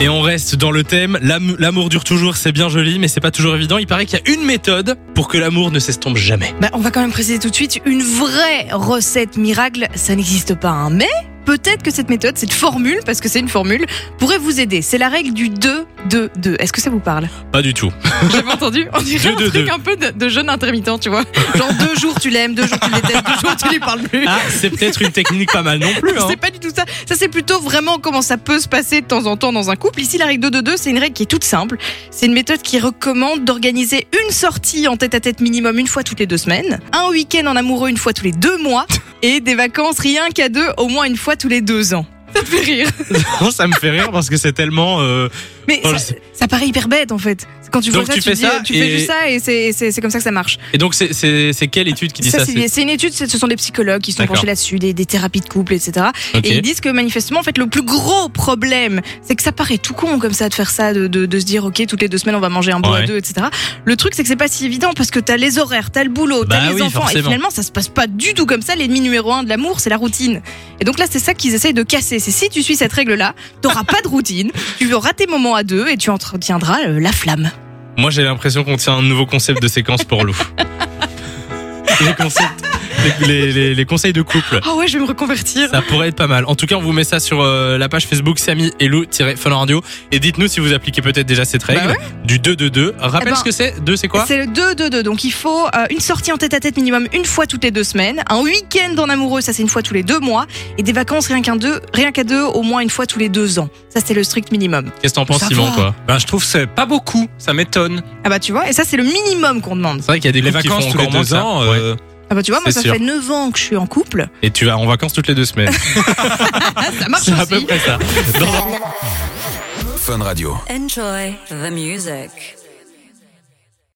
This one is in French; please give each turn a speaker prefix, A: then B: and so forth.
A: Et on reste dans le thème, l'am- l'amour dure toujours, c'est bien joli, mais c'est pas toujours évident. Il paraît qu'il y a une méthode pour que l'amour ne s'estompe jamais.
B: Bah, on va quand même préciser tout de suite, une vraie recette miracle, ça n'existe pas. hein. Mais peut-être que cette méthode, cette formule, parce que c'est une formule, pourrait vous aider. C'est la règle du 2-2-2. Est-ce que ça vous parle
A: Pas du tout.
B: J'avais entendu, on dirait
A: Deux,
B: un
A: deux,
B: truc
A: deux.
B: un peu de, de jeûne intermittent, tu vois. Genre deux jours tu l'aimes, deux jours tu le détestes, deux jours tu lui parles plus.
A: Ah, c'est peut-être une technique pas mal non plus. hein.
B: C'est pas du tout ça. Ça, c'est plutôt vraiment comment ça peut se passer de temps en temps dans un couple. Ici, la règle 2-2-2, c'est une règle qui est toute simple. C'est une méthode qui recommande d'organiser une sortie en tête à tête minimum une fois toutes les deux semaines, un week-end en amoureux une fois tous les deux mois, et des vacances rien qu'à deux au moins une fois tous les deux ans. Ça te fait rire.
A: Non, ça me fait rire parce que c'est tellement... euh,
B: Mais
A: Oh, je
B: ça, ça paraît hyper bête en fait. Quand tu vois
A: Donc,
B: ça,
A: tu
B: tu,
A: fais
B: dis, euh,
A: ça
B: tu fais
A: et-
B: juste ça et c'est- c'est c'est comme ça que ça marche.
A: Et donc c'est- c'est c'est quelle étude qui dit ça,
B: Ça, c'est c'est une étude, c'est- ce sont des psychologues qui se sont
A: D'accord.
B: penchés là-dessus, des, des thérapies de couple, etc.
A: c'est- ok.
B: Et ils disent que manifestement, en fait, le plus gros problème, c'est que ça paraît tout con comme ça de faire ça, de, de, de se dire, ok, toutes les deux semaines, on va manger un bout à
A: Ouais.
B: deux, etc. Le truc, c'est que c'est pas si évident parce que t'as les horaires, t'as le boulot, t'as
A: Bah
B: les
A: oui,
B: enfants.
A: forcément.
B: Et finalement, ça se passe pas du tout comme ça. L'ennemi numéro un de l'amour, c'est la routine. Et donc là, c'est ça qu'ils essayent de casser. C'est si tu suis cette règle-là, t'auras pas de routine, tu auras tes moments à deux et tu entretiendras euh, la flamme.
A: Moi j'ai l'impression qu'on tient un nouveau concept de séquence pour Lou. les, concepts- les- les- les- les conseils de couple.
B: Ah ouais, je vais me reconvertir.
A: Ça pourrait être pas mal. En tout cas, on vous met ça sur euh, la page Facebook Samy et Lou-Fun Radio. Et dites-nous si vous appliquez peut-être déjà cette règle
B: Bah
A: du 2-2-2. Rappelle
B: Eh ben,
A: ce que c'est 2 c'est quoi
B: C'est le 2-2-2. Donc il faut euh, une sortie en tête à tête minimum une fois toutes les deux semaines, un week-end en amoureux, ça c'est une fois tous les deux mois, et des vacances rien qu'un deux, rien qu'à deux, au moins une fois tous les deux ans. Ça c'est le strict minimum.
A: Qu'est-ce que t'en penses,
B: Ça
A: Simon,
B: va.
A: toi
C: Ben, je trouve que c'est pas beaucoup, ça m'étonne.
B: Ah bah tu vois, et ça c'est le minimum qu'on demande.
A: C'est vrai qu'il y a des
C: Les
A: couples qui
C: vacances
A: font
C: tous les
A: encore moins
C: deux
A: que ça.
C: ans,
A: Ouais.
C: euh,
B: Ah bah tu vois, moi
A: C'est
B: ça
A: sûr.
B: fait 9 ans que je suis en couple.
A: Et tu vas en vacances toutes les deux semaines.
B: Ah, ça marche
A: C'est à peu
B: aussi.
A: près ça.
C: Fun Radio.
D: Enjoy the music.